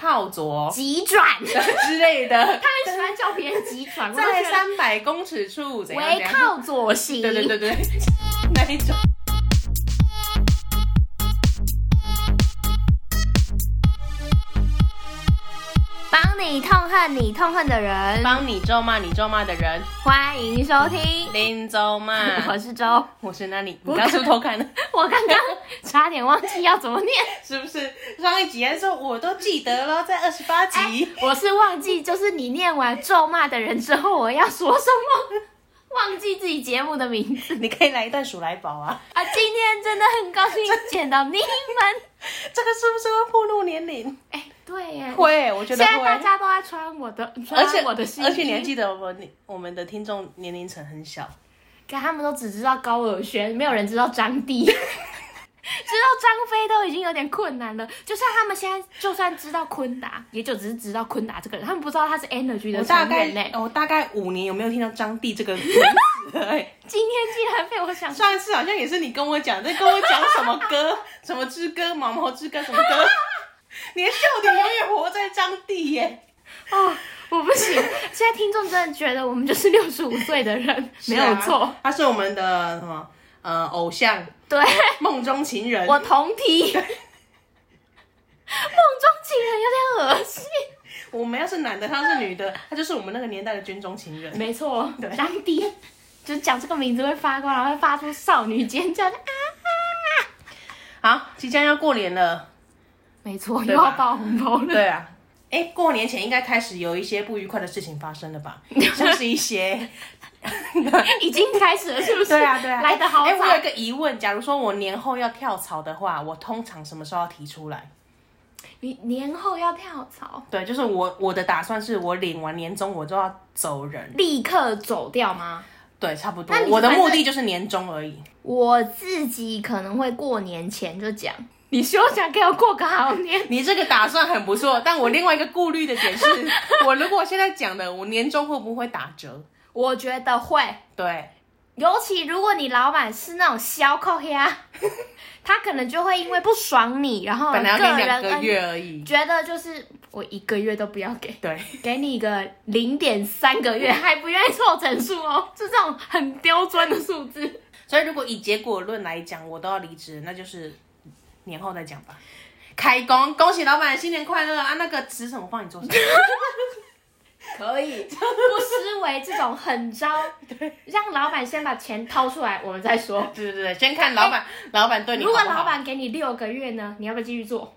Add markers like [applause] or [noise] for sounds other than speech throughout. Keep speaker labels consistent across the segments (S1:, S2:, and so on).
S1: 浩卓
S2: 急转，
S1: [laughs] 之类的，
S2: 他们喜欢叫别人急转，我都
S1: 在
S2: 觉得
S1: 三百公尺处怎样怎
S2: 为
S1: 样，
S2: 靠左行。
S1: 对对对 [laughs] 对，那一种。
S2: 帮你痛恨你痛恨的人，
S1: 帮你咒骂你咒骂的人，
S2: 欢迎收听，
S1: 林咒骂。 [laughs]
S2: 我是周。
S1: 我是那里，你刚是不是偷看了？
S2: 嗯我刚刚差点忘记要怎么念，
S1: [laughs] 是不是上一集还说我都记得了，在二十八集。
S2: 哎我是忘记，就是你念完咒骂的人之后，我要说什么，忘记自己节目的名字
S1: 哎你可以来一段数来宝啊！
S2: 啊！今天真的很高兴见到你们，
S1: 这个是不是会暴露年龄？
S2: 哎、对耶，
S1: 会，我觉
S2: 现
S1: 得
S2: 在
S1: 会。
S2: 大家都在穿我的，
S1: 而且
S2: 穿我的新衣，
S1: 而且你还记得我们我们的听众年龄层很小，
S2: 可他们都只知道高尔宣，没有人知道张帝。知 [laughs] 道张飞都已经有点困难了，就算他们现在就算知道昆达，也就只是知道昆达这个人，他们不知道他是 Energy
S1: 我
S2: 的
S1: 大
S2: 成员呢、
S1: 概我大概五年有没有听到张帝这个名 [laughs] 字了？哎
S2: 今天竟然被我
S1: [laughs]
S2: 想
S1: 上一次好像也是你跟我讲，在跟我讲什么
S2: [laughs]
S1: 歌，什么之歌，毛毛之歌什么歌，你的笑点永远活在张帝耶。
S2: 哦，我不行！现在听众真的觉得我们就是六十五岁的人，没有
S1: 是
S2: 错
S1: 啊。，他是我们的什么呃偶像，
S2: 对
S1: 梦中情人。
S2: 我同批，梦中情人有点恶心。
S1: 我们要是男的，他要是女的，他就是我们那个年代的军中情人。
S2: 没错
S1: 对，
S2: 张帝，就讲这个名字会发光，然后会发出少女尖叫，就啊！
S1: 好，即将要过年了，
S2: 没错，又
S1: 对吧
S2: 要爆红包了。
S1: 对
S2: [laughs]
S1: 啊。哎，过年前应该开始有一些不愉快的事情发生了
S2: [laughs]
S1: 吧？像是一些，
S2: 已经开始了，是不是？
S1: 对啊，对啊，
S2: 来的好
S1: 哎，我有一
S2: 早。
S1: 个疑问，假如说我年后要跳槽的话，我通常什么时候要提出来？
S2: 你年后要跳槽，
S1: 对，就是我我的打算是我领完年终我就要走人，
S2: 立刻走掉吗？
S1: 对，差不多
S2: 那。你
S1: 我的
S2: 反正
S1: 目的就是年终而已。
S2: 我自己可能会过年前就讲，你休想给我过个好年。
S1: 你这个打算很不错，但我另外一个顾虑的点是，我如果现在讲的，我年终会不会打折？
S2: [laughs] 我觉得会，
S1: 对，
S2: 尤其如果你老板是那种小扣呀， [laughs] 他可能就会因为不爽你，然后
S1: 本来要给
S2: 哦个
S1: 你两
S2: 人
S1: 个
S2: 恩
S1: 月而已。
S2: 觉得就是我一个月都不要给，
S1: 对，
S2: 给你一个零点三
S1: [laughs]
S2: 个月，还不愿意凑整数哦，是这种很刁钻的数字。
S1: 所以如果以结果论来讲，我都要离职，那就是年后再讲吧。开工，恭喜老板，新年快乐啊！那个职什么帮你做什
S2: [laughs]
S1: 么？
S2: 可以， [laughs] 不失为这种狠招，让老板先把钱掏出来，我们再说。
S1: 对对对，先看老板，老板对你
S2: 哎如
S1: 好不
S2: 果
S1: 好。
S2: 老板给你六个月呢，你要不要继续做？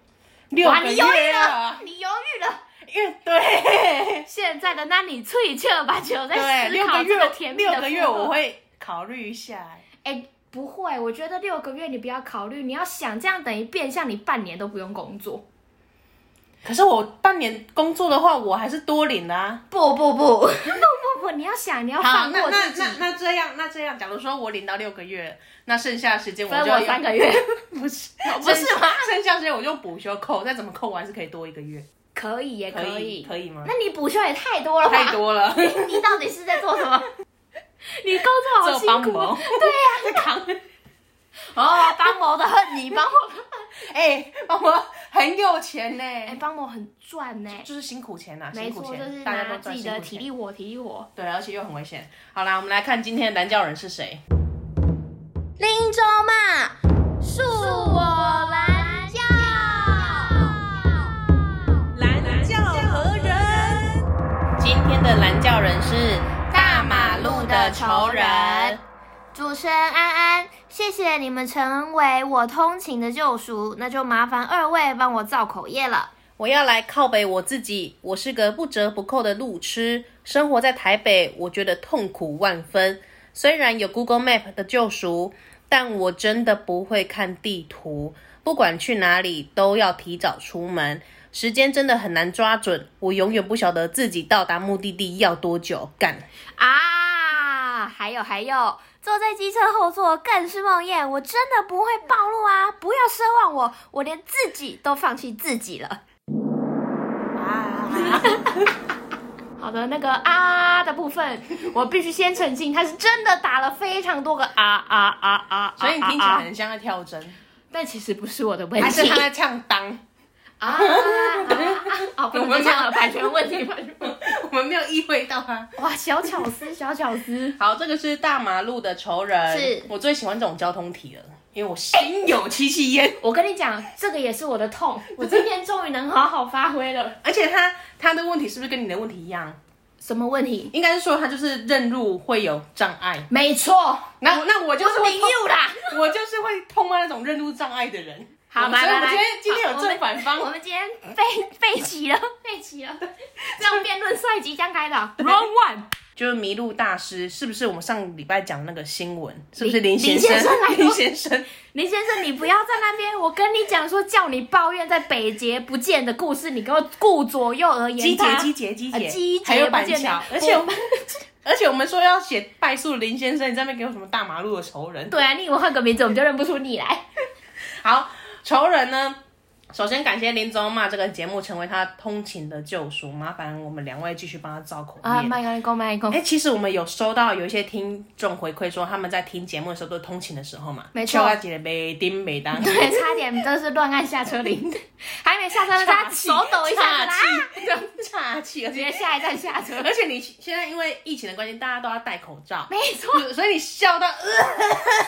S1: 六
S2: 哇，
S1: 个
S2: 你犹豫
S1: 月
S2: 了
S1: 啊，，
S2: 你犹豫了。
S1: 因为对
S2: 现在的那你脆切吧，就在
S1: 对，
S2: 思
S1: 六
S2: 考
S1: 个
S2: 这
S1: 月
S2: 个甜蜜的
S1: 六个月
S2: 复合
S1: 我会考虑一下。
S2: 哎、不会，我觉得六个月你不要考虑，你要想这样等于变相你半年都不用工作。
S1: 可是我半年工作的话，我还是多领的啊。
S2: 不不不不不不，你要想你要
S1: 好，
S2: 哦放
S1: 那
S2: 过
S1: 那
S2: 自己
S1: 那，那这样，那这样，假如说我领到六个月，那剩下的时间我
S2: 分
S1: 就要
S2: 我三个月
S1: 用， [laughs] 不是
S2: 哦不是吗？
S1: 剩下时间我就补休扣，再怎么扣我还是可以多一个月，
S2: 可以也
S1: 可
S2: 以。
S1: 可以吗？
S2: 那你补休也太多了吧？
S1: 太多
S2: [laughs]
S1: 了，
S2: 你到底是在做
S1: [laughs]
S2: 什么？你工作好
S1: 这帮
S2: 辛苦
S1: 忙
S2: 哦，，对
S1: 呀，在扛。
S2: 哦，帮某的恨你，帮我，
S1: 哎，帮我很有钱
S2: [laughs] 哎、
S1: 呢，
S2: 帮某很赚呢、
S1: 就是辛苦钱呐，
S2: 没
S1: 辛苦
S2: 错，就
S1: 钱，
S2: 是
S1: 大家
S2: 拿
S1: 都
S2: 自
S1: 赚
S2: 己
S1: 辛
S2: 的
S1: 苦
S2: 体
S1: 钱。
S2: 力活，体力活。
S1: 对，而且又很危险。好啦，我们来看今天的蓝教人是谁。
S2: 林州嘛，恕我蓝教。
S1: 蓝教何人？今天的蓝教人是大马路的仇人。
S2: 主持人安安，谢谢你们成为我通勤的救赎，那就麻烦二位帮我造口业了。
S1: 我要来靠北我自己，我是个不折不扣的路痴，生活在台北，我觉得痛苦万分。虽然有 Google Map 的救赎，但我真的不会看地图，不管去哪里都要提早出门，时间真的很难抓准。我永远不晓得自己到达目的地要多久，干。
S2: 啊，还有还有，坐在机车后座更是梦魇，我真的不会暴露啊！不要奢望我，我连自己都放弃自己了。 [laughs]
S1: 啊
S2: 好的，那个啊的部分，我必须先澄清，他是真的打了非常多个啊啊啊啊，
S1: 所以你听起
S2: 啊
S1: 来
S2: 啊啊
S1: 很像在跳针，啊
S2: [laughs] 但其实不是我的问
S1: 还是
S2: 题
S1: 他在唱当？
S2: 啊啊啊！啊不能这样了，版权 [laughs] 问题，版权问题。
S1: [laughs] 我们没有意会到它。
S2: 哇，小巧思，小巧思。
S1: 好，这个是大马路的仇人，
S2: 是
S1: 我最喜欢这种交通题了，因为我心有戚戚焉。 [laughs]
S2: 我跟你讲，这个也是我的痛，我今天终于能好好发挥了。
S1: 而且他他的问题是不是跟你的问题一样？
S2: 什么问题？
S1: 应该是说他就是认路会有障碍。
S2: 没错，
S1: 那那我就是会
S2: 哦没
S1: 痛
S2: 有啦。
S1: 我就是会痛骂那种认路障碍的人。
S2: 好，
S1: 我们
S2: 来
S1: 所以
S2: 来
S1: 我们
S2: 来，
S1: 今天今天有
S2: 好我们
S1: 正反方
S2: 我们今天背背齐了，背齐了。这样辩论赛即将开打，Round [laughs] One。
S1: [laughs] 就是迷路大师，是不是我们上礼拜讲那个新闻？是不是
S2: 林
S1: 林先
S2: 林先生来
S1: 生？
S2: 过
S1: [laughs] 林先生，
S2: 林先生，你不要在那边，我跟你讲说，叫你抱怨在北捷不见的故事，你给我顾左右而
S1: 集
S2: 言
S1: 结
S2: 他。
S1: 集结集
S2: 啊
S1: 结，
S2: 集结
S1: 还有板
S2: 不见
S1: 桥
S2: 了，
S1: 而且我
S2: [laughs] 不
S1: 们而且我们说要写败诉林先生，你在那边给我什么大马路的仇人？
S2: 对啊，你以为换个名字我们就认不出你来。
S1: 好，仇人呢？首先感谢林总骂这个节目成为他通勤的救赎，麻烦我们两位继续帮他造口
S2: 啊，
S1: 业。
S2: 麦克公，麦克
S1: 哎、其实我们有收到有一些听众回馈说，他们在听节目的时候都是通勤的时候嘛，
S2: 没错
S1: 啊，姐的没丁没当，
S2: 对，差点真是乱按下车铃， [laughs] 还没下车， [laughs] 他
S1: 岔气
S2: 手抖一下，
S1: 岔 [laughs] 气，岔
S2: 啦，
S1: 气，而
S2: [laughs] 直接
S1: 且
S2: 下一站下车。
S1: 而且你现在因为疫情的关系，大家都要戴口罩，
S2: 没错，
S1: 所以你笑到，呃、 [laughs]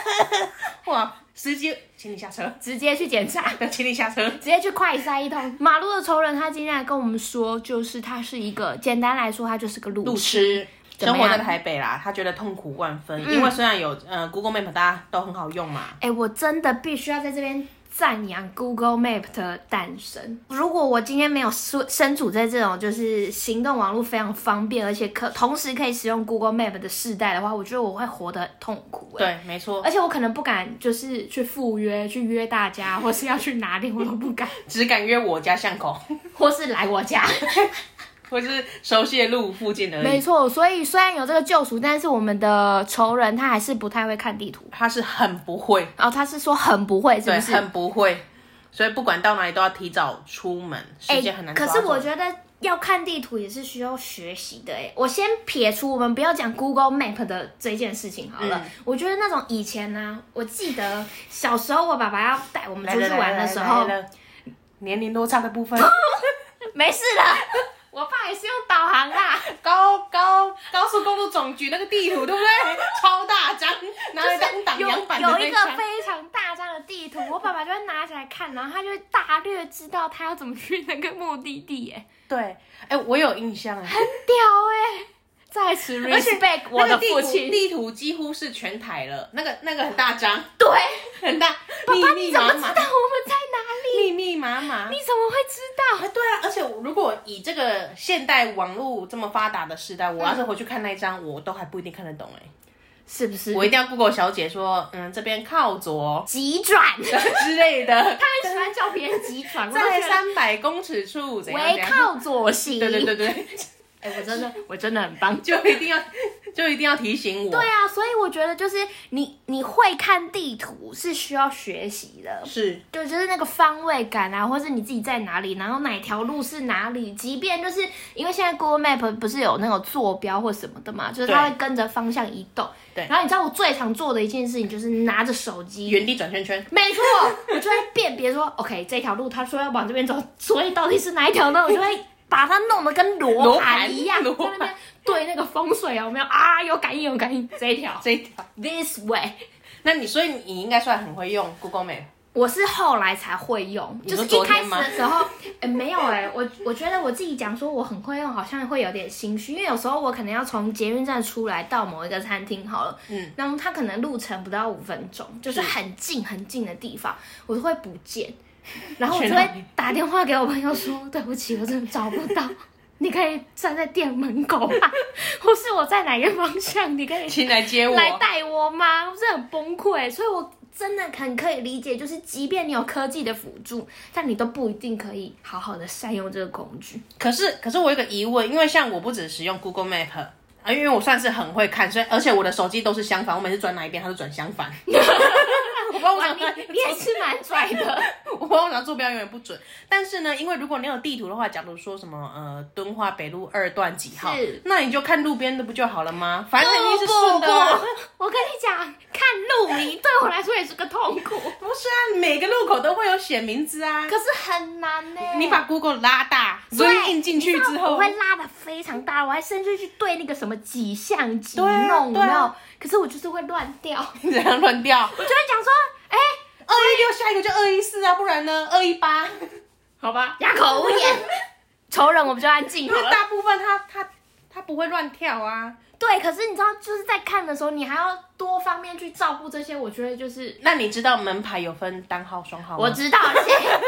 S1: 哇，司机，请你下车，
S2: 直接去检查。
S1: 请你下车。
S2: 直接去快塞一通。马路的仇人，他今天来跟我们说，就是他是一个，简单来说，他就是个路
S1: 路痴。
S2: 怎
S1: 生
S2: 么
S1: 活
S2: 样嗯
S1: 在台北啦，他觉得痛苦万分，因为虽然有呃 Google Map 大家都很好用嘛，
S2: 哎、我真的必须要在这边赞扬 Google Map 的诞生。如果我今天没有身身处在这种就是行动网络非常方便，而且可同时可以使用 Google Map 的世代的话，我觉得我会活得很痛苦、哎，
S1: 对，呃没错，
S2: 而且我可能不敢就是去赴约，去约大家，或是要去哪里，我都不敢，
S1: 只敢约我家巷口
S2: [laughs]
S1: [laughs]
S2: 或是来我家。
S1: 或是熟悉的路附近而
S2: [laughs] 没
S1: 已。
S2: 错，所以虽然有这个救赎，但是我们的仇人他还是不太会看地图。
S1: 他是很不会，
S2: 然后他是说很不会，是
S1: 对，
S2: 不是？
S1: 很不会，所以不管到哪里都要提早出门，时间很难抓
S2: 哎可
S1: 准。
S2: 是我觉得要看地图也是需要学习的哎、我先撇除我们不要讲 Google Map 的这件事情好了，
S1: 嗯
S2: 我觉得那种以前呢、我记得小时候我爸爸要带我们
S1: 来
S2: 出
S1: 了
S2: 去玩的时
S1: 来了
S2: 候，
S1: 来了年龄落差的部
S2: [laughs]
S1: 分，
S2: 没事的， [laughs] 我爸也是用导航啊啦。
S1: 高高高速公路总局那个地图对
S2: [laughs]
S1: 不对？超大张，拿来当挡
S2: 有
S1: 阳板的
S2: 有
S1: 那
S2: 一个
S1: 张
S2: 非常大张的地图，我爸爸就会拿起来看，然后他就会大略知道他要怎么去那个目的地、哎，
S1: 对，哎、我有印象哎。
S2: 屌哎、在此
S1: 而且
S2: respect
S1: 那
S2: 我
S1: 个
S2: 的
S1: 地
S2: 父
S1: 图
S2: 亲，
S1: 地图几乎是全台了，那个那个很大张，
S2: 对，
S1: 很大，密
S2: [laughs] 爸，你
S1: 密
S2: 怎
S1: 麻
S2: 么知道我嗯
S1: 麻，
S2: 们在哪里？
S1: 密密麻麻。
S2: 你怎么会知道？
S1: 啊，对啊，而且如果以这个现代网络这么发达的时代，我要是回去看那一张，我都还不一定看得懂哎、
S2: 是不是
S1: 我一定要 Google 小姐说，嗯，这边靠左 [laughs]
S2: 急 [laughs] 转？
S1: 之类的，
S2: 他很喜欢叫别人急转，我就
S1: 在
S2: 觉得
S1: 三百公尺处怎样怎
S2: 为
S1: 样。
S2: 靠左 [laughs] 行。
S1: 对对对对， [laughs]
S2: 哎、我真的， [laughs] 我真的很棒。
S1: 就一定要就一定要提醒我。
S2: 对啊，所以我觉得就是你你会看地图是需要学习的，
S1: 是
S2: 对，就是那个方位感啊，或是你自己在哪里，然后哪条路是哪里。即便就是因为现在 Google Map 不是有那种坐标或什么的嘛，就是它
S1: 对
S2: 会跟着方向移动。
S1: 对
S2: 然后你知道我最常做的一件事情就是拿着手机
S1: 原地转圈圈。
S2: 没错，我就会辨别说，OK，这条路他说要往这边走，所以到底是哪一条路，我就会把它弄得跟罗
S1: 罗盘
S2: 盘一样，在
S1: 罗盘
S2: 那边对那个风水有没有啊？有感应，有感应，这一条
S1: 这一条，
S2: this way。
S1: 那你所以你应该算很会用 Google Map。
S2: 我是后来才会用，
S1: 你
S2: 就
S1: 说
S2: 是一
S1: 昨
S2: 开
S1: 天
S2: 始
S1: 吗
S2: 的时候， [laughs] 诶没有哎、我我觉得我自己讲说我很会用，好像会有点心虚，因为有时候我可能要从捷运站出来到某一个餐厅好了，
S1: 嗯，
S2: 然后它可能路程不到五分钟，就是很近很近的地方，我都会不
S1: [laughs]
S2: 见，然后我就
S1: 去哪
S2: 会
S1: 里
S2: 打电话给我朋友说， [laughs] 对不起，我真的找不到。你可以站在店门口吗？ [laughs] 或是我在哪个方向？你可以
S1: 请来接我。
S2: 来带我吗？我是很崩溃，所以我真的很可以理解，就是即便你有科技的辅助，但你都不一定可以好好的善用这个工 [laughs] 具。
S1: 可是，可是我有一个疑问，因为像我不只使用 Google Map 啊，因为我算是很会看，所以而且我的手机都是 [laughs] 相反，我每次转哪一边它就转相反。我不知道为什么
S2: 你你也是蛮拽的，
S1: [laughs] 我往常坐标永远不准。但是呢，因为如果你有地图的话，假如说什么呃敦化北路二段几号
S2: 是，
S1: 那你就看路边的不就好了吗？反正肯定
S2: 不
S1: 是顺
S2: 不
S1: 的啊、
S2: 不，我跟 [laughs] 你讲，看路名对我来说也是个痛苦，
S1: 不是啊，每个路口都会有写名字啊。
S2: [laughs] 可是很难呢、
S1: 你把 Google 拉大，
S2: 对
S1: 轮印进去
S2: 你知
S1: 之
S2: 道我
S1: 后
S2: 会，拉的非常大，我还甚至去对那个什么几项几
S1: 对啊
S2: 弄，
S1: 对啊
S2: 有没有？可是我就是会乱掉，我
S1: [laughs] 你怎样乱掉？
S2: 就会讲说，哎、
S1: 二一六下一个就二一四啊，不然呢二一八。
S2: 好吧，哑口无言， [laughs] 仇人我们就安静
S1: 因
S2: 好
S1: 为
S2: 了。
S1: 大部分他他他不会乱跳啊。
S2: 对，可是你知道，就是在看的时候，你还要多方面去照顾这些。我觉得就是
S1: 那你知道门牌有分单号、双号吗？
S2: 我知道，谢 [laughs] 谢。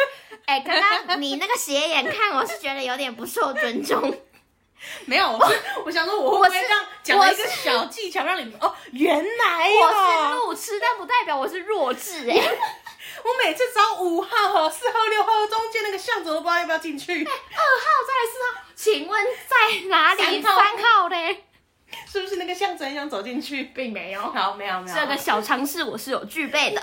S2: 哎、刚刚你那个斜眼看，我是觉得有点不受尊 [laughs] 重。
S1: 没有，我是哦我想说我会不
S2: 我
S1: 会
S2: 是
S1: 让讲了一
S2: 我
S1: 个
S2: 是
S1: 小技巧让你们哦，原来
S2: 我
S1: 哦，
S2: 是路痴，但不代表我是弱智哎、
S1: 我每次找五号、哦四号、六号中间那个巷子我都不知道要不要进去， [laughs]
S2: 二号再来四号，请问在哪里？
S1: 三号
S2: 三号嘞，
S1: 是不是那个巷子很想走进去？
S2: 并没有。
S1: 好，没有没有，
S2: 这个小常识我是有具备的。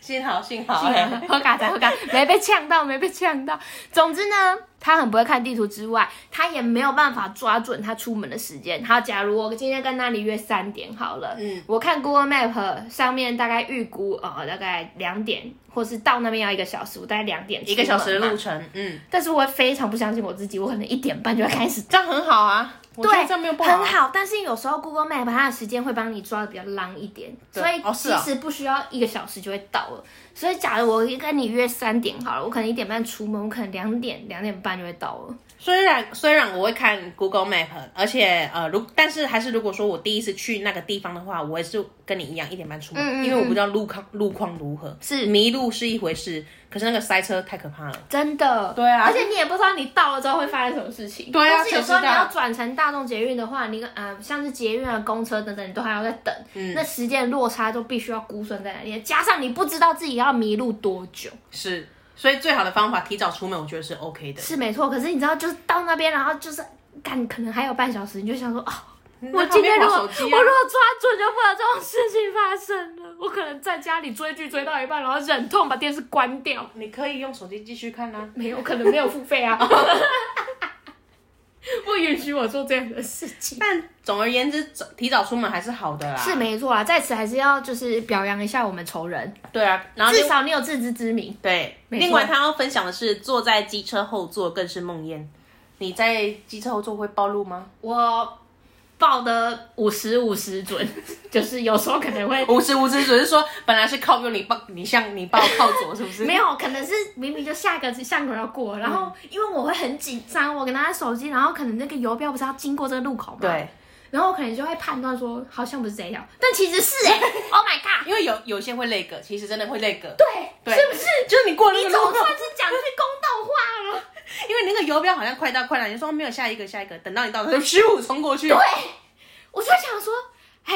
S1: 幸好幸好， [laughs] 哎
S2: [laughs] 喝嘎仔喝嘎，没被呛到，没被呛到。总之呢，他很不会看地图之外，他也没有办法抓准他出门的时间。好，假如我今天跟那里约三点好了，
S1: 嗯，
S2: 我看 Google Map 上面大概预估呃大概两点，或是到那边要一个小时，我大概两点
S1: 一个小时
S2: 出
S1: 的
S2: 门
S1: 路
S2: 嘛。
S1: 程，嗯，
S2: 但是我会非常不相信我自己，我可能一点半就会开始
S1: 这样很好啊，我觉得
S2: 对，
S1: 这样没有不好啊，
S2: 很好，但是有时候 Google Map 它的时间会帮你抓的比较浪一点，
S1: 对
S2: 所以
S1: 哦是
S2: 其
S1: 啊
S2: 实不需要一个小时就会到了。所以假如我跟你约三点好了，我可能一点半出门，我可能两点两点半就会到了。
S1: 虽然虽然我会看 Google Map，而且呃，如但是还是如果说我第一次去那个地方的话，我也是跟你一样一点半出门，
S2: 嗯嗯
S1: 因为我不知道路况路况如何，
S2: 是
S1: 迷路是一回事，可是那个塞车太可怕了。
S2: 真的，
S1: 对啊
S2: 而且你也不知道你到了之后会发生什么事情。
S1: 对啊
S2: 或是有时候
S1: 谁知
S2: 你
S1: 道
S2: 要转乘大众捷运的话，你呃像是捷运啊、公车等等，你都还要再等，
S1: 嗯
S2: 那时间的落差都必须要估算在那里，加上你不知道自己要迷路多久。
S1: 是，所以最好的方法提早出门，我觉得是 OK 的。
S2: 是没错，可是你知道，就是到那边，然后就是干，可能还有半小时，你就想说，哦，我
S1: 那旁
S2: 今天
S1: 边
S2: 如
S1: 划
S2: 果、
S1: 手机啊
S2: 我如果抓准，就不会有这种事情发生了。我可能在家里追剧追到一半，然后忍痛把电视关掉。
S1: 你可以用手机继续看啊。
S2: 没有，可能没有付费啊， [laughs] 不允许我做这样的事
S1: [laughs]
S2: 情。
S1: 但总而言之，早提早出门还是好的啦。
S2: 是没错啦，啊在此还是要就是表扬一下我们仇人，
S1: 对啊，然后
S2: 至
S1: 另
S2: 少你有自知之明。
S1: 对，
S2: 没错
S1: 另外他要分享的是，坐在机车后座更是梦魇。你在机车后座会暴露吗？
S2: 我报的五十五十准， [laughs] 就是有时候可能会
S1: 无知无知，只是说本来是靠右，你抱你向你抱靠左，是不
S2: [laughs]
S1: 是？
S2: 没有，可能是明明就下个巷口要过，然后因为我会很紧张，我拿着手机，然后可能那个游标不是要经过这个路口嘛，，
S1: 对，
S2: 然后我可能就会判断说好像不是这一条，但其实是 [laughs] 哎、o h my god，
S1: 因为有有些会累个，其实真的会累个，
S2: 对，
S1: 对
S2: 是不是？
S1: 就是你过了那
S2: 你
S1: 个
S2: 总
S1: 路口
S2: 算，是讲句公道话了，
S1: 因为你那个游标好像快到快了，你就说哦没有下一个下一个，等到你到的时候，十五冲过去，
S2: 对，我就想说，哎、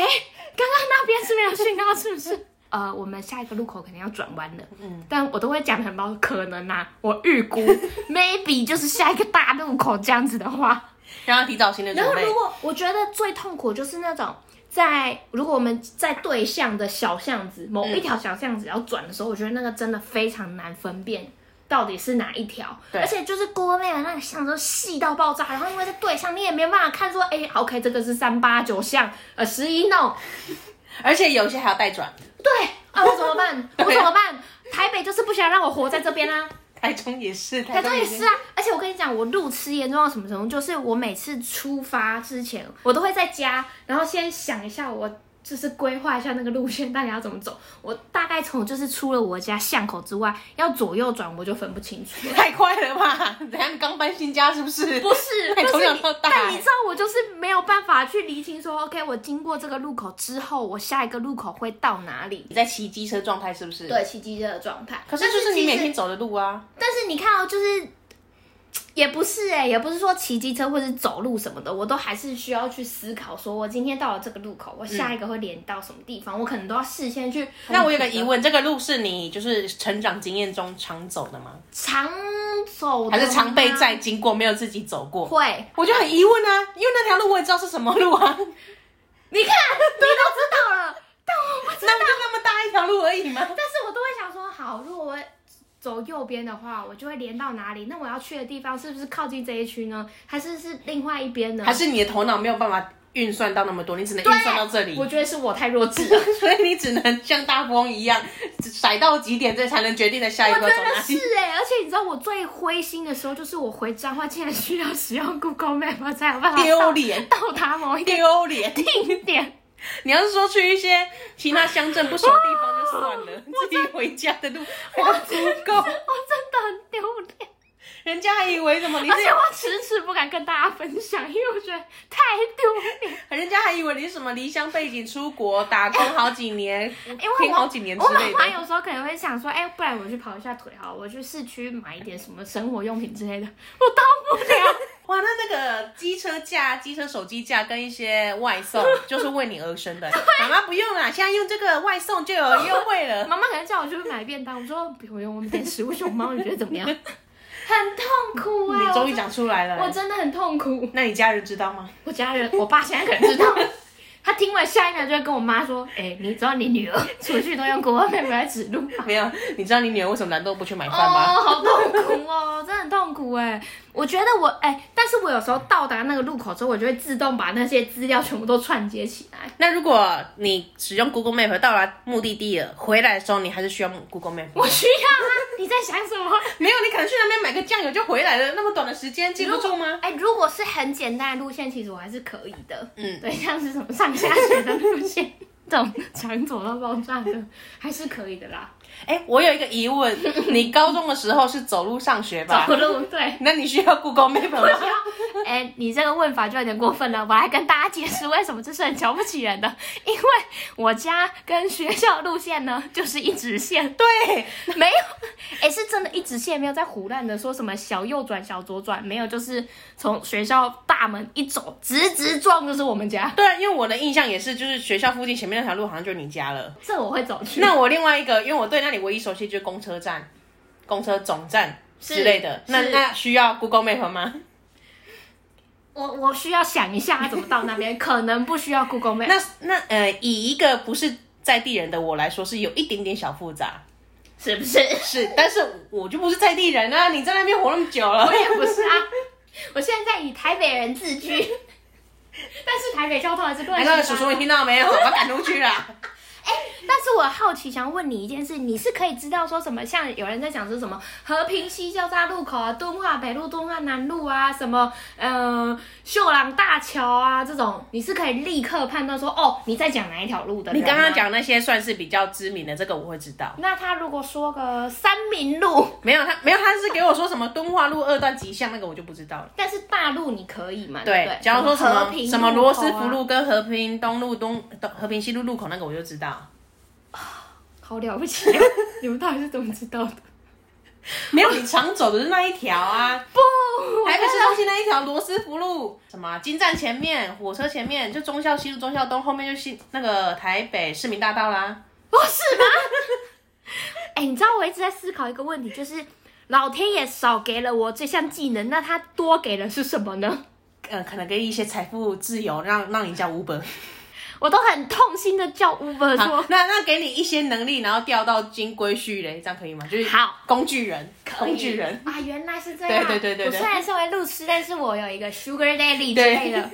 S2: 刚刚那边是没有讯号，是不是？ [laughs] 呃，我们下一个路口可能要转弯了，嗯，但我都会讲得很包，可能啊，我预 [laughs] 估 maybe 就是下一个大路口这样子的话，
S1: 然后提早心理
S2: 然后
S1: 准备
S2: 如。果我觉得最痛苦就是那种在如果我们在对向的小巷子某一条小巷子要转的时候，我觉得那个真的非常难分辨。到底是哪一条？
S1: 对
S2: 而且就是 Google Map 那个巷子都细到爆炸，然后因为在对向，你也没办法看说，哎、o k 这个是三八九巷，呃，十一弄，
S1: 而且有些还要带转，
S2: 对啊，我怎么办？
S1: 对啊
S2: 我怎么办？台北就是不想让我活在这边啊。
S1: 台中也是，
S2: 台中也是
S1: 是。
S2: 啊，而且我跟你讲，我路痴严重到什么程度？就是我每次出发之前，我都会在家，然后先想一下我。就是规划一下那个路线，到底要怎么走。我大概从就是出了我家巷口之外，要左右转我就分不清楚。
S1: [laughs] 太快了吧？怎样刚搬新家是不是？
S2: [laughs] 不是，
S1: 哎
S2: 但
S1: 从
S2: 是
S1: 小
S2: 你
S1: 到大
S2: 但你知道我就是没有办法去厘清说，OK，我经过这个路口之后，我下一个路口会到哪里？
S1: 你在骑机车状态是不是？。
S2: 对，骑机车的状态。
S1: 可是
S2: 但
S1: 就是你
S2: 其
S1: 每
S2: 实
S1: 天走的路啊，
S2: 但是你看哦，就是也不是哎、也不是说骑机车或是走路什么的，我都还是需要去思考，说我今天到了这个路口，我下一个会连到什么地方，我可能都要事先去。
S1: 那我有个疑，问，这个路是你就是成长经验中常走的吗？
S2: 常走的
S1: 还是常被
S2: 吗
S1: 载经过，没有自己走过？
S2: 会？
S1: 我就很疑问啊，因为那条路我也知道是什么路啊， [laughs]
S2: 你看，你都知道了，但我不知道啊
S1: 那不就那么大一条路而已吗？
S2: 但是我都会想说，好，如果我走右边的话，我就会连到哪里？那我要去的地方是不是靠近这一区呢？还是是另外一边呢
S1: 还？是你的头脑没有办法运算到那么多，你只
S2: 啊
S1: 能运算到这里 [laughs]
S2: 我，觉得是我太弱智了。
S1: 所以你只能像大富翁一样，甩到几点，这才能决定的下一
S2: 我
S1: 步
S2: 觉
S1: 要走
S2: 得
S1: 哪
S2: 是
S1: 里。
S2: 哎、而且你知道我最灰心的时候，就是我回彰化竟然需要使用 Google Map 才有办法
S1: 丢脸，
S2: 到达某一个
S1: 丢脸！
S2: 定点。
S1: 你要是说去一些其他乡镇不熟的地方就
S2: [laughs]
S1: 算了，自己回家的路还要 Google，
S2: 我哦真的很丢脸，
S1: 人家还以为什么你
S2: 而且
S1: 是，
S2: 我迟迟不敢跟大家分享，因为我觉得太丢脸。
S1: 人家还以为你是什么离乡背景出国打工好几年，
S2: 因为
S1: 拼
S2: 我
S1: 好几年之
S2: 我妈
S1: 类
S2: 妈
S1: 的。
S2: 有时候可能会想说，哎、不然我去跑一下腿好了，我去市区买一点什么生活用品之类的，我到不了。
S1: [laughs] 哇，那那个机车架、机车手机架跟一些外送，就是为你而生
S2: [laughs]
S1: 的。妈妈不用啦，现在用这个外送就有优惠了。
S2: [laughs] 妈妈可能叫我去买便当，我说不用，我们点食物熊猫，你觉得怎
S1: [laughs]
S2: 么样？很痛苦哎、
S1: 你
S2: 我
S1: 嗯终于
S2: 真
S1: 讲出来
S2: 我
S1: 了，
S2: 真的很痛苦。
S1: 那你家人知道吗？ [laughs]
S2: 我家人，我爸现在可能知 [laughs] 道，他听完下一秒就会跟我妈说：“哎、你知道你女儿出去都用国外妹妹来指路吗？”
S1: 没有，你知道你女儿为什么懒惰不去买
S2: 哦，
S1: 饭吗？
S2: 好痛苦哦，真的很痛苦哎！我觉得我哎、但是我有时候到达那个路口之后，我就会自动把那些资料全部都串接起来。
S1: 那如果你使用 Google Map 到达目的地了，回来的时候你还是需要 Google Map 吗。
S2: 我需要啊！ [laughs] 你在想什么？
S1: 没有，你可能去那边买个酱油就回来了，那么短的时间记不
S2: [laughs]
S1: 住吗？
S2: 哎、如果是很简单的路线，其实我还是可以的。
S1: 嗯，
S2: 对，像是什么上下学的路线，这种长走到爆炸的，还是可以的啦。
S1: 哎、我有一个疑问，你高中的时候是走路上学 [laughs] 吧
S2: [laughs] 走？路对。
S1: 那你需要 Google Map
S2: [laughs] 我需
S1: 吗？
S2: 要，哎、你这个问法就有点过分了。我来跟大家解释为什么这是很瞧不起人的，因为我家跟学校路线呢就是一直线，
S1: 对，
S2: 没有，哎、是真的一直线，没有在胡乱的说什么小右转、小左转，没有，就是从学校大门一走，直直撞就是我们家，
S1: 对啊，因为我的印象也是，就是学校附近前面那条路好像就是你家了。
S2: 这我会走去。
S1: 那我另外一个，因为我对那里唯一熟悉就是公车站、公车总站之类的。
S2: 是
S1: 那那需要 Google Map 吗？
S2: 我我需要想一下要怎么到那边，可能不需要 Google Map。
S1: 那那呃，以一个不是在地人的我来说，是有一点点小复杂。
S2: 是不是？ [laughs] 哎
S1: 是，但是我就不是在地人啊！你在那边活那么久了
S2: 我，也不是啊，我现在以台北人自居， [laughs] 但是台北交通还是乱
S1: 哎那
S2: 七八
S1: 个
S2: 糟。
S1: 叔叔，你听到没有？把他赶出去啦！
S2: 但是我好奇想问你一件事，你是可以知道说什么？像有人在讲说什么和平西交叉路口啊、敦化北路、敦化南路啊、什么呃秀朗大桥啊这种，你是可以立刻判断说哦你在讲哪一条路的
S1: [laughs]
S2: 人
S1: 你
S2: 吗
S1: 刚刚，讲那些算是比较知名的，这个我会知道。
S2: 那他如果说个三民路，
S1: 没有他，没有他是给我说什么敦化路二段吉巷那个我就不知道了。
S2: 但是大路你可以嘛？对不
S1: 对
S2: 对，，
S1: 假如说什
S2: 和
S1: 么
S2: 平
S1: 什么罗斯福
S2: 口啊，
S1: 路跟和平东路东东和平西路路口那个我就知道，
S2: 好了不起、啊，你们到底是怎么知道
S1: [laughs]
S2: 的？
S1: 没有你常走的是那一条啊，
S2: 不，
S1: 台北市中心那一条罗斯福路，什么金站前面、火车前面，就忠孝西路、忠孝东后面就是那个台北市民大道啦。
S2: 不是吗？ [laughs] 哎、你知道我一直在思考一个问题，就是老天爷少给了我这项技能，那他多给的是什么呢？
S1: 呃，可能给你一些财富自由，让让你叫
S2: [laughs]
S1: Uber。
S2: 我都很痛心的叫 Uber
S1: 好
S2: 说，，
S1: 那那给你一些能力，然后调到金龟婿嘞，这样可以吗？就是
S2: 好
S1: 工具人，工具人。 [laughs]
S2: 啊，原来是这样。
S1: 对对对对对
S2: 我虽然身为路痴，但是我有一个 Sugar Daddy 之类的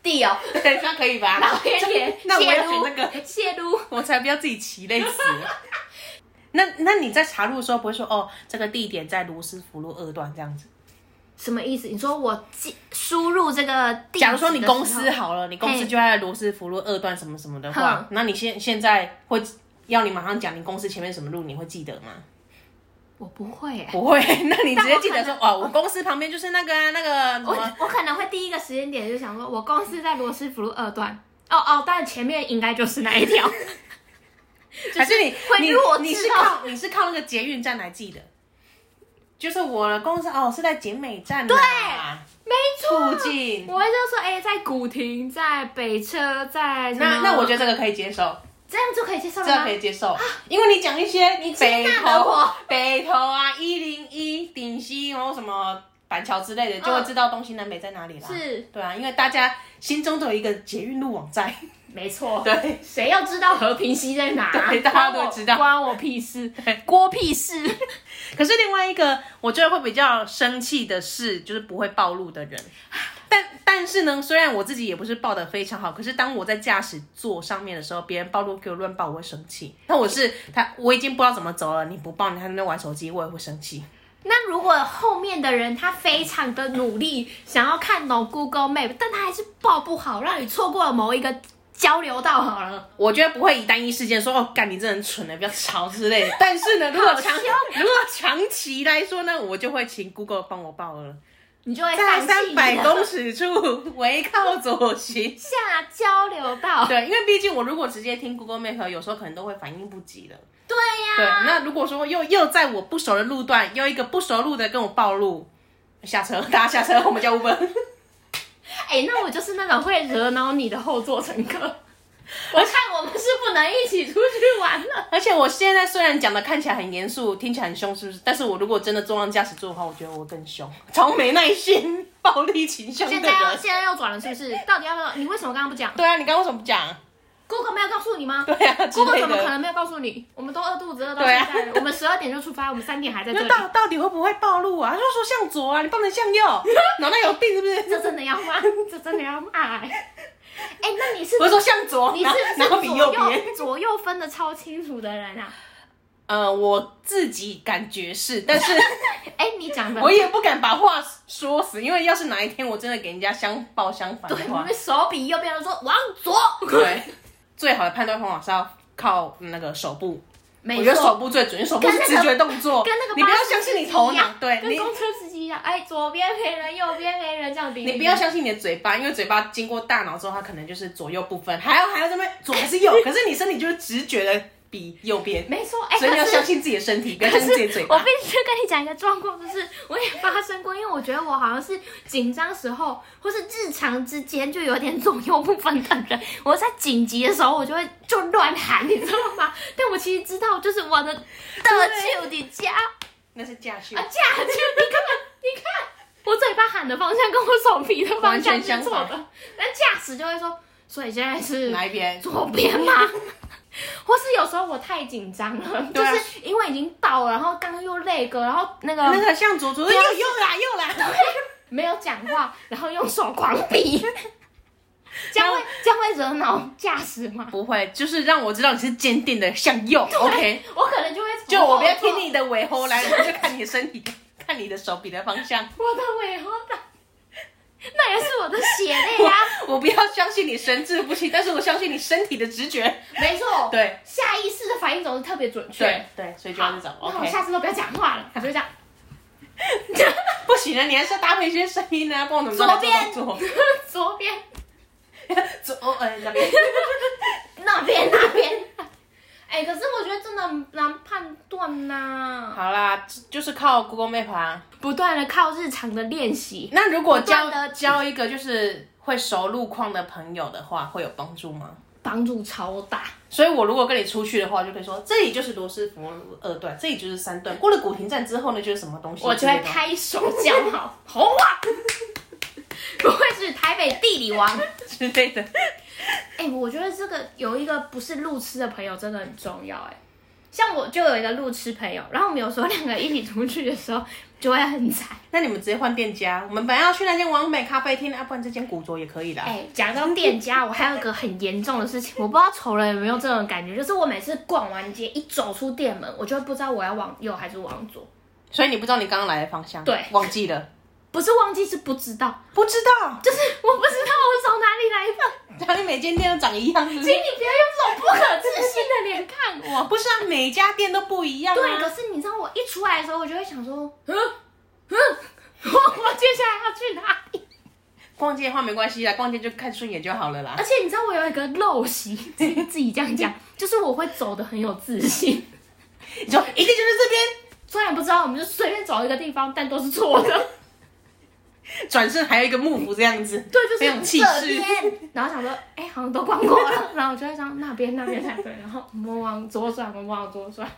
S2: deal。
S1: 对，这样可以吧？
S2: 老天爷，
S1: [laughs] 那我
S2: 谢
S1: 要选
S2: 撸
S1: 那个，
S2: 谢撸。
S1: 我才不要自己骑累死了。那那你在查路的时候不会说哦，这个地点在卢斯福路二段这样子？
S2: 什么意思？你说我记输入这个地址的时候，
S1: 假如说你公司好了，你公司
S2: 嘿
S1: 就在卢斯福路二段什么什么的话
S2: 哼，
S1: 那你现现在会要你马上讲你公司前面什么路，你会记得吗？
S2: 我不会哎、
S1: 不会，那你直接记得
S2: 但
S1: 说
S2: 我可
S1: 哦，我公司旁边就是那个啊，那个什
S2: 我
S1: 么。
S2: 我可能会第一个时间点就想说，我公司在罗斯福路二段。哦哦，但前面应该就是那一条。
S1: 还是你
S2: 会
S1: 你
S2: 弱智
S1: 你是
S2: 到
S1: 靠你是靠那个捷运站来记的，就是我的公司哦是在景美站啊对，
S2: [laughs] 没啊
S1: 附近。
S2: 我会就说，哎、在古亭，在北车，在什么
S1: 那那我觉得这个可以接受，
S2: 这样就可以接受
S1: 这个
S2: 了吗
S1: 可？以接受，啊因为你讲一些你北
S2: 接纳了
S1: 投
S2: 我
S1: 北投啊一零一顶溪，然后什么板桥之类的，就会知道东西南北在哪里啦。
S2: 是
S1: 对啊，因为大家心中都有一个捷运路网在，
S2: 没错，
S1: [laughs] 对，
S2: 谁要知道和平溪在哪？
S1: 对大家都知道
S2: 关我关我屁事，郭屁事。 [laughs]
S1: 可是另外一个，我觉得会比较生气的是，就是不会暴露的人。但但是呢，虽然我自己也不是报的非常好，可是当我在驾驶座上面的时候，别人暴露给我乱报，我会生气。那我是他，我已经不知道怎么走了，你不报，你还在那边玩手机，我也会生气。
S2: 那如果后面的人他非常的努力，想要看懂 Google Map，但他还是报不好，让你错过了某一个交流道好了。
S1: 我觉得不会以单一事件说哦，干你这人蠢的，不要吵之类的。但是呢，如果长
S2: 好
S1: 如果长期来说呢，我就会请 Google 帮我报了，
S2: 你就会哎放
S1: 在
S2: 弃
S1: 三百
S2: 了
S1: 公尺处围靠左行。
S2: 下交流道。
S1: 对，因为毕竟我如果直接听 Google Map，有时候可能都会反应不及了。
S2: 对
S1: 对，
S2: 呀、
S1: 那如果说又又在我不熟的路段，又一个不熟路的跟我暴露，下车，大家下车，我们叫 Uber。
S2: 哎、那我就是那种会惹恼你的后座乘客。 [laughs] 我看我们是不能一起出去玩了。
S1: 而且我现在虽然讲的看起来很严肃，听起来很凶，是不是？但是我如果真的坐上驾驶座的话，我觉得我更凶，超没耐心、暴力倾向的
S2: 现在要
S1: 人。
S2: 现在要转了是不是？到底要不要？你为什么刚刚不讲
S1: 对啊，你刚刚为什么不讲？
S2: ？Google 没有告诉你吗
S1: 对啊，之
S2: ？Google
S1: 类
S2: 怎么可
S1: 的。
S2: 能没有告诉你？我们都饿肚子饿到
S1: 对
S2: 现
S1: 啊
S2: 在了，我们十二点就出发，我们三点还在这
S1: 那
S2: 里。
S1: 到到底会不会暴露啊？他就说向左啊，你不能向右，脑袋有病是不是？
S2: 这真的要 [laughs] 骂，这真的要骂、欸。哎、那你是
S1: 我是说向左，
S2: 你是
S1: 然后然后
S2: 是左
S1: 比右边。
S2: 右左右分的超清楚的人啊？
S1: 呃，我自己感觉是，但是
S2: 哎、你讲的
S1: 我也不敢把话说死，因为要是哪一天我真的给人家相报相反的
S2: 对，你
S1: 话
S2: 们，手比右边的说往左，
S1: 对，最好的判断方法是要靠那个手部，我
S2: 没
S1: 觉得手
S2: 错，
S1: 部最准，因为手部是
S2: 哎跟那个
S1: 直觉动作，
S2: 跟那个
S1: 你不要
S2: 巴士
S1: 相信你
S2: 司机
S1: 头
S2: 一
S1: 脑
S2: 样，
S1: 对
S2: 跟
S1: 你。
S2: 公车司机一样，哎、左边没人，右边没人，这样比
S1: 你不要相信你的嘴巴，因为嘴巴经过大脑之后，它可能就是左右不分，还要还要这边左还是右，可是你身体就是直觉的比右边，
S2: 没错，哎、
S1: 所以你要
S2: 可
S1: 相
S2: 是。
S1: 信自己的身体，不要
S2: 可
S1: 相信自己的
S2: 是
S1: 嘴
S2: 我
S1: 巴。
S2: 必须跟你讲一个状况，就是我也发生过，因为我觉得我好像是紧张时候或是日常之间就有点左右不分的人。我在紧急的时候，我就会就乱喊，你知道吗？但我其实知道，就是我的的就你家啊
S1: 那是驾训
S2: 架，就你看你看，我嘴巴喊的方向跟我手皮的方向是错
S1: 完全相
S2: 的，那驾驶就会说，所以现在是
S1: 哪一边？
S2: 左边吗？ [laughs] 或是有时候我太紧张了，就
S1: 对啊
S2: 是因为已经到了，然后刚刚又累个，然后那个
S1: 那个向左左右右啦右啦，
S2: 没有讲话，然后用手狂比，这样会这样会惹恼驾驶吗？ [laughs] 啊
S1: 不会，就是让我知道你是坚定的向右，OK？
S2: 我可能就会从
S1: 就我不要
S2: 后
S1: 听你的尾喉来，我就看你的身体，看你的手比的方向。
S2: 我的尾后的，那也是我的血泪啊！
S1: [laughs] 我不要相信你神志不清，但是我相信你身体的直觉。
S2: 没错，
S1: 对
S2: 下意识的反应总是特别准确。
S1: 对对，所以就
S2: 好，
S1: 要这种
S2: 那我
S1: OK。
S2: 下次都不要讲
S1: [laughs]
S2: 话了，我就这样。 [laughs]
S1: 不行啊了，你还是要搭配一些声音啊，不然我怎么知道你在做动作
S2: 左边， [laughs]
S1: 左左呃那边。
S2: 那边，那边。哎、可是我觉得真的很难判断呐、
S1: 好啦，就是靠 Google Map 啊。
S2: 不断的靠日常的练习，
S1: 那如果
S2: 不
S1: 交
S2: 断地
S1: 交一个就是会熟路况的朋友的话，会有帮助吗？
S2: 帮助超大。
S1: 所以我如果跟你出去的话，我就可以说这里就是罗斯福路二段，这里就是三段。过了古亭站之后呢，就是什么东西？
S2: 我就会。拍手叫好， [laughs] 红啊！不愧是台北地理王。
S1: [laughs] 之类的。
S2: 哎、我觉得这个有一个不是路痴的朋友真的很重要哎、像我就有一个路痴朋友，然后我们有时候两个一起出去的时候就会很惨。
S1: 那你们直接换店家，我们本来要去那间完美咖啡厅，啊，不然这间古着也可以啦。
S2: 哎、讲到店家，我还有一个很严重的事情，我不知道仇人有没有这种感觉，就是我每次逛完街一走出店门，我就会不知道我要往右还是往左，
S1: 所以你不知道你刚刚来的方向，
S2: 对
S1: 忘记了，
S2: 不是忘记是不知道，
S1: 不知道。 [laughs]
S2: 就是我不知道我从哪里来的，
S1: 然后你每间店都长一样，是
S2: [laughs]
S1: 不
S2: 请
S1: 是？
S2: 你不要用这种不可置信的脸看我。
S1: 不是啊，每一家店都不一样、啊。
S2: 对，可是你知道我一出来的时候，我就会想说，嗯嗯，我 [laughs] 我接下来要去哪里？
S1: 逛街的话没关系啦，逛街就看顺眼就好了啦
S2: 而。且你知道我有一个陋习， [laughs] 自己自己这样讲，就是我会走的很有自信，
S1: 你说一定就是这
S2: 虽然不知道我们就随便找一个地方，但都是错的。
S1: 边，转身还有一个幕府这样子，
S2: [laughs] 对，就是
S1: 很有气
S2: 这 [laughs]
S1: 势。
S2: 边然后想说，哎、好像都逛过了，然后我就会想那边那边才对，然后我们往左转，我们往左转，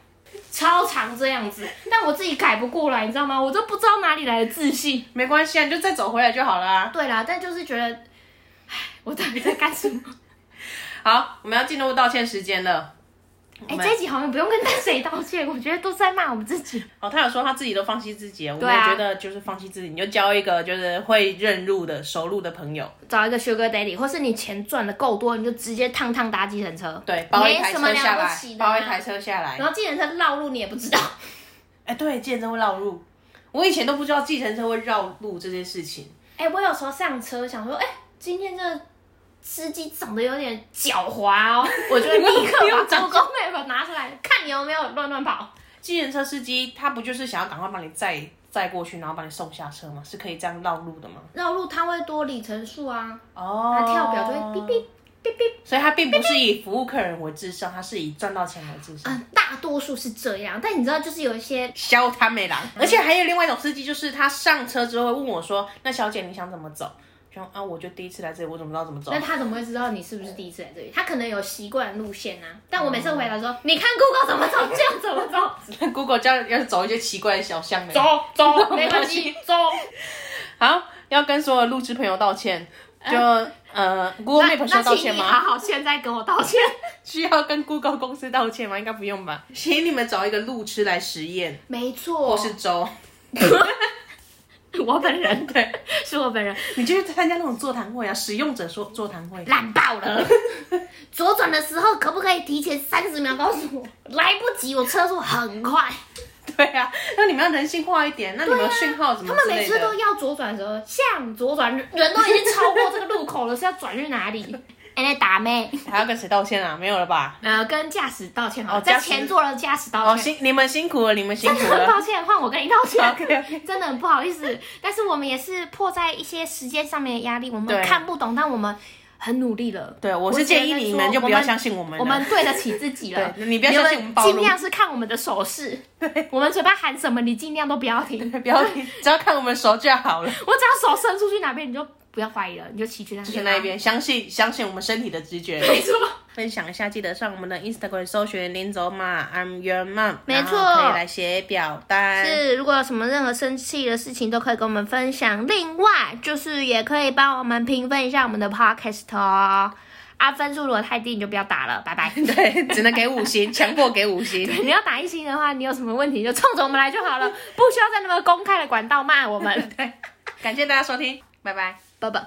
S2: 超常这样子，但我自己改不过来，你知道吗？我都不知道哪里来的自信。
S1: 没关系啊，你就再走回来就好啦。
S2: 对啦，但就是觉得，唉，我到底在干什么？
S1: 好，我们要进入道歉时间了。
S2: 哎、这一集好像不用跟谁道歉， [laughs] 我觉得都是在骂我们自己。
S1: 哦，他有说他自己都放弃自己了，我
S2: 对
S1: 们也
S2: 啊
S1: 觉得就是放弃自己，你就交一个就是会认路的熟路的朋友，
S2: 找一个 sugar daddy，或是你钱赚的够多，你就直接趟趟搭计程车，
S1: 对，包一
S2: 没
S1: 台
S2: 什么
S1: 车下
S2: 了
S1: 来
S2: 不起，的、啊
S1: 包一台，车下来。
S2: 然后计程车绕路你也不知道， [laughs]
S1: 哎、对，计程车会绕路，我以前都不知道计程车会绕路这件事情。
S2: 哎、我有时候上车想说，哎、今天这司机长得有点狡猾哦， [laughs] 我就会立刻
S1: 不用
S2: 把 Google Map 拿出来， [laughs] 看你有没有乱乱跑。
S1: 计程车司机他不就是想要赶快把你载载过去，然后把你送下车吗？是可以这样绕路的吗？
S2: 绕路它会多里程数啊，
S1: 哦
S2: 它跳表就会哔哔哔哔。
S1: 所以他并不是以服务客人为至上，他是以赚到钱为至上。
S2: 嗯，大多数是这样，但你知道，就是有一些
S1: 削他没狼，
S2: 嗯
S1: 而且还有另外一种司机，就是他上车之后会问我说：“那小姐你想怎么走？”就说啊，我就第一次来这里，我怎么知道怎么走
S2: 那？他怎么会知道你是不是第一次来这里？他可能有习惯路线啊。但我每次回答说，你看 Google 怎么走，这样怎么走，
S1: [laughs] Google 这样要是走一些奇怪的小巷的。
S2: 走走， [laughs] 没关系，走。
S1: 好，要跟所有路痴朋友道歉。就呃，Google
S2: 那
S1: Map 需要道歉
S2: 那请你
S1: 吗？
S2: 好好现在跟我道 [laughs] 歉。
S1: 需要跟 Google 公司道歉吗？应该不用吧。哦请你们找一个路痴来实验，
S2: 没错
S1: 不，是周，
S2: 我本人，
S1: 对，
S2: 是我本人，
S1: 你就去参加那种座谈会啊，使用者说座谈会。
S2: 烂爆了。 [laughs] 左转的时候可不可以提前三十秒告诉我？来不及，我车速很快。
S1: [laughs] 对啊，那你们要人性化一点，那你们有讯号什
S2: 他
S1: 么
S2: 们
S1: 之
S2: 每
S1: 类
S2: 次
S1: 的
S2: 都。要左转的时候向左转，人都已经超过这个路口了，是要转去哪 [laughs] 里？哎、那打妹。
S1: 还要跟谁道歉啊？没有了
S2: [laughs]
S1: 吧？
S2: 呃，跟驾驶道歉
S1: 哦
S2: 好了，在
S1: 驾驶
S2: 前座的驾驶道
S1: 哦，
S2: 歉。
S1: 辛你们辛苦了，你们辛苦了。
S2: 抱歉，换我跟你道
S1: [laughs]
S2: 歉，
S1: OK，
S2: 真的很不好意思。但是我们也是迫在一些时间上面的压力，我
S1: 对
S2: 们看不懂，但我们很努力了。
S1: 对，我是建议你们就不要相信我们了。
S2: 我们对得起自己了。
S1: [laughs] 对你不要相信我们暴露
S2: 尽量是看我们的手势。对，我们嘴巴喊什么，你尽量都不要听。
S1: 不要听，只要看我们熟就好了。
S2: 我只要手伸出去哪边，你就不要怀疑了，你就骑去那
S1: 就是
S2: 边。
S1: 那一。边，相信相信我们身体的直觉。
S2: [laughs] 没错。
S1: 分享一下，记得上我们的 Instagram 搜寻“林走马 I'm Your Mom”，
S2: 没错
S1: 然后可以来写表单。
S2: 是，如果有什么任何生气的事情都可以跟我们分享。另外，就是也可以帮我们评分一下我们的 podcast 哦。啊，分数如果太低，你就不要打了，拜拜。
S1: [laughs]
S2: [laughs]
S1: 对，只能给五星，强迫给五星。
S2: 你要打一星的话，你有什么问题就冲着我们来就好了，不需要在那么公开的管道骂我们。 [laughs]
S1: 感谢大家收听，拜拜。
S2: 拜拜。